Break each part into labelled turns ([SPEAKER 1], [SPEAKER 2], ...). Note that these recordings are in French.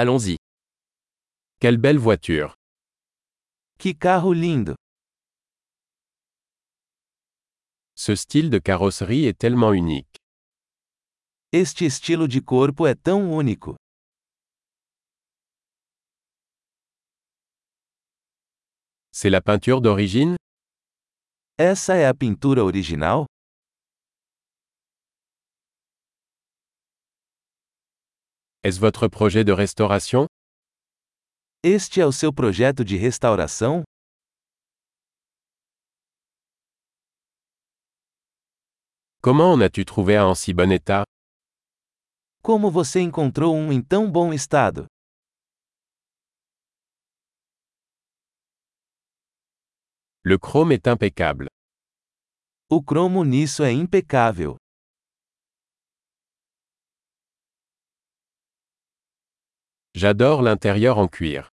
[SPEAKER 1] Allons-y. Quelle belle voiture.
[SPEAKER 2] Que carro lindo!
[SPEAKER 1] Ce style de carrosserie est tellement unique.
[SPEAKER 2] Este estilo de corpo é tão único.
[SPEAKER 1] C'est la peinture d'origine
[SPEAKER 2] Essa é a pintura original?
[SPEAKER 1] Est-ce votre projet de restauration
[SPEAKER 2] Este é o seu projeto de restauração?
[SPEAKER 1] Comment en as-tu trouvé un en si bon état
[SPEAKER 2] Como você encontrou um em tão bom estado?
[SPEAKER 1] Le chrome est impeccable.
[SPEAKER 2] O cromo nisso é impecável.
[SPEAKER 1] J'adore l'intérieur en cuir.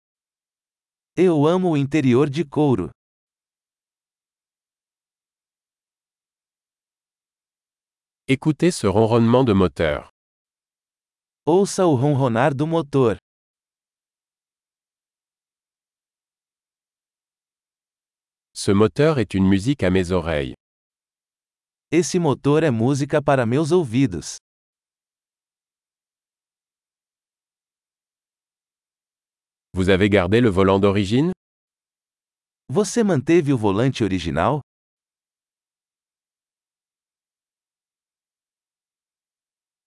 [SPEAKER 2] Eu amo o interior de couro.
[SPEAKER 1] Écoutez ce ronronnement de moteur.
[SPEAKER 2] Ouça o ronronar do motor.
[SPEAKER 1] Ce moteur est une musique à mes oreilles.
[SPEAKER 2] Esse motor é música para meus ouvidos.
[SPEAKER 1] Vous avez gardé le volant d'origine
[SPEAKER 2] Você manteve o volante original?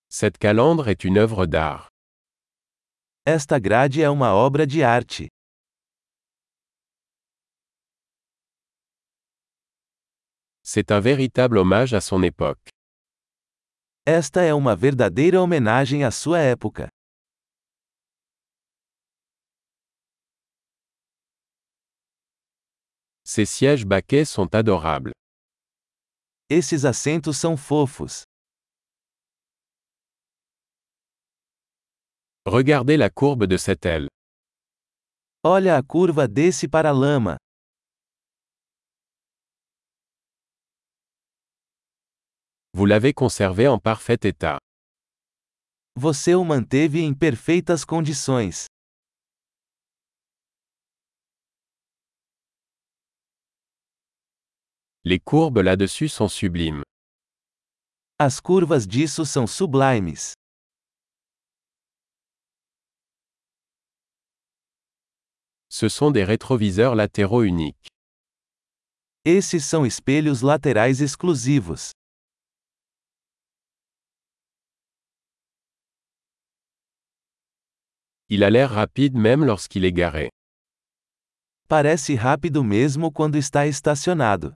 [SPEAKER 1] Cette calandre est une œuvre d'art.
[SPEAKER 2] Esta grade é uma obra de arte.
[SPEAKER 1] C'est un véritable hommage à son époque.
[SPEAKER 2] Esta é uma verdadeira homenagem à sua época.
[SPEAKER 1] Ces sièges baquets sont adorables.
[SPEAKER 2] Esses assentos são fofos.
[SPEAKER 1] Regardez la courbe de cette aile.
[SPEAKER 2] Olha a curva desse para-lama.
[SPEAKER 1] Vous l'avez conservé en parfait état.
[SPEAKER 2] Você o manteve em perfeitas condições.
[SPEAKER 1] Les courbes là-dessus sont sublimes.
[SPEAKER 2] As curvas disso são sublimes.
[SPEAKER 1] Ce sont des rétroviseurs latéraux uniques.
[SPEAKER 2] Esses são espelhos laterais exclusivos.
[SPEAKER 1] Il a l'air rapide même lorsqu'il est garé.
[SPEAKER 2] Parece rápido mesmo quando está estacionado.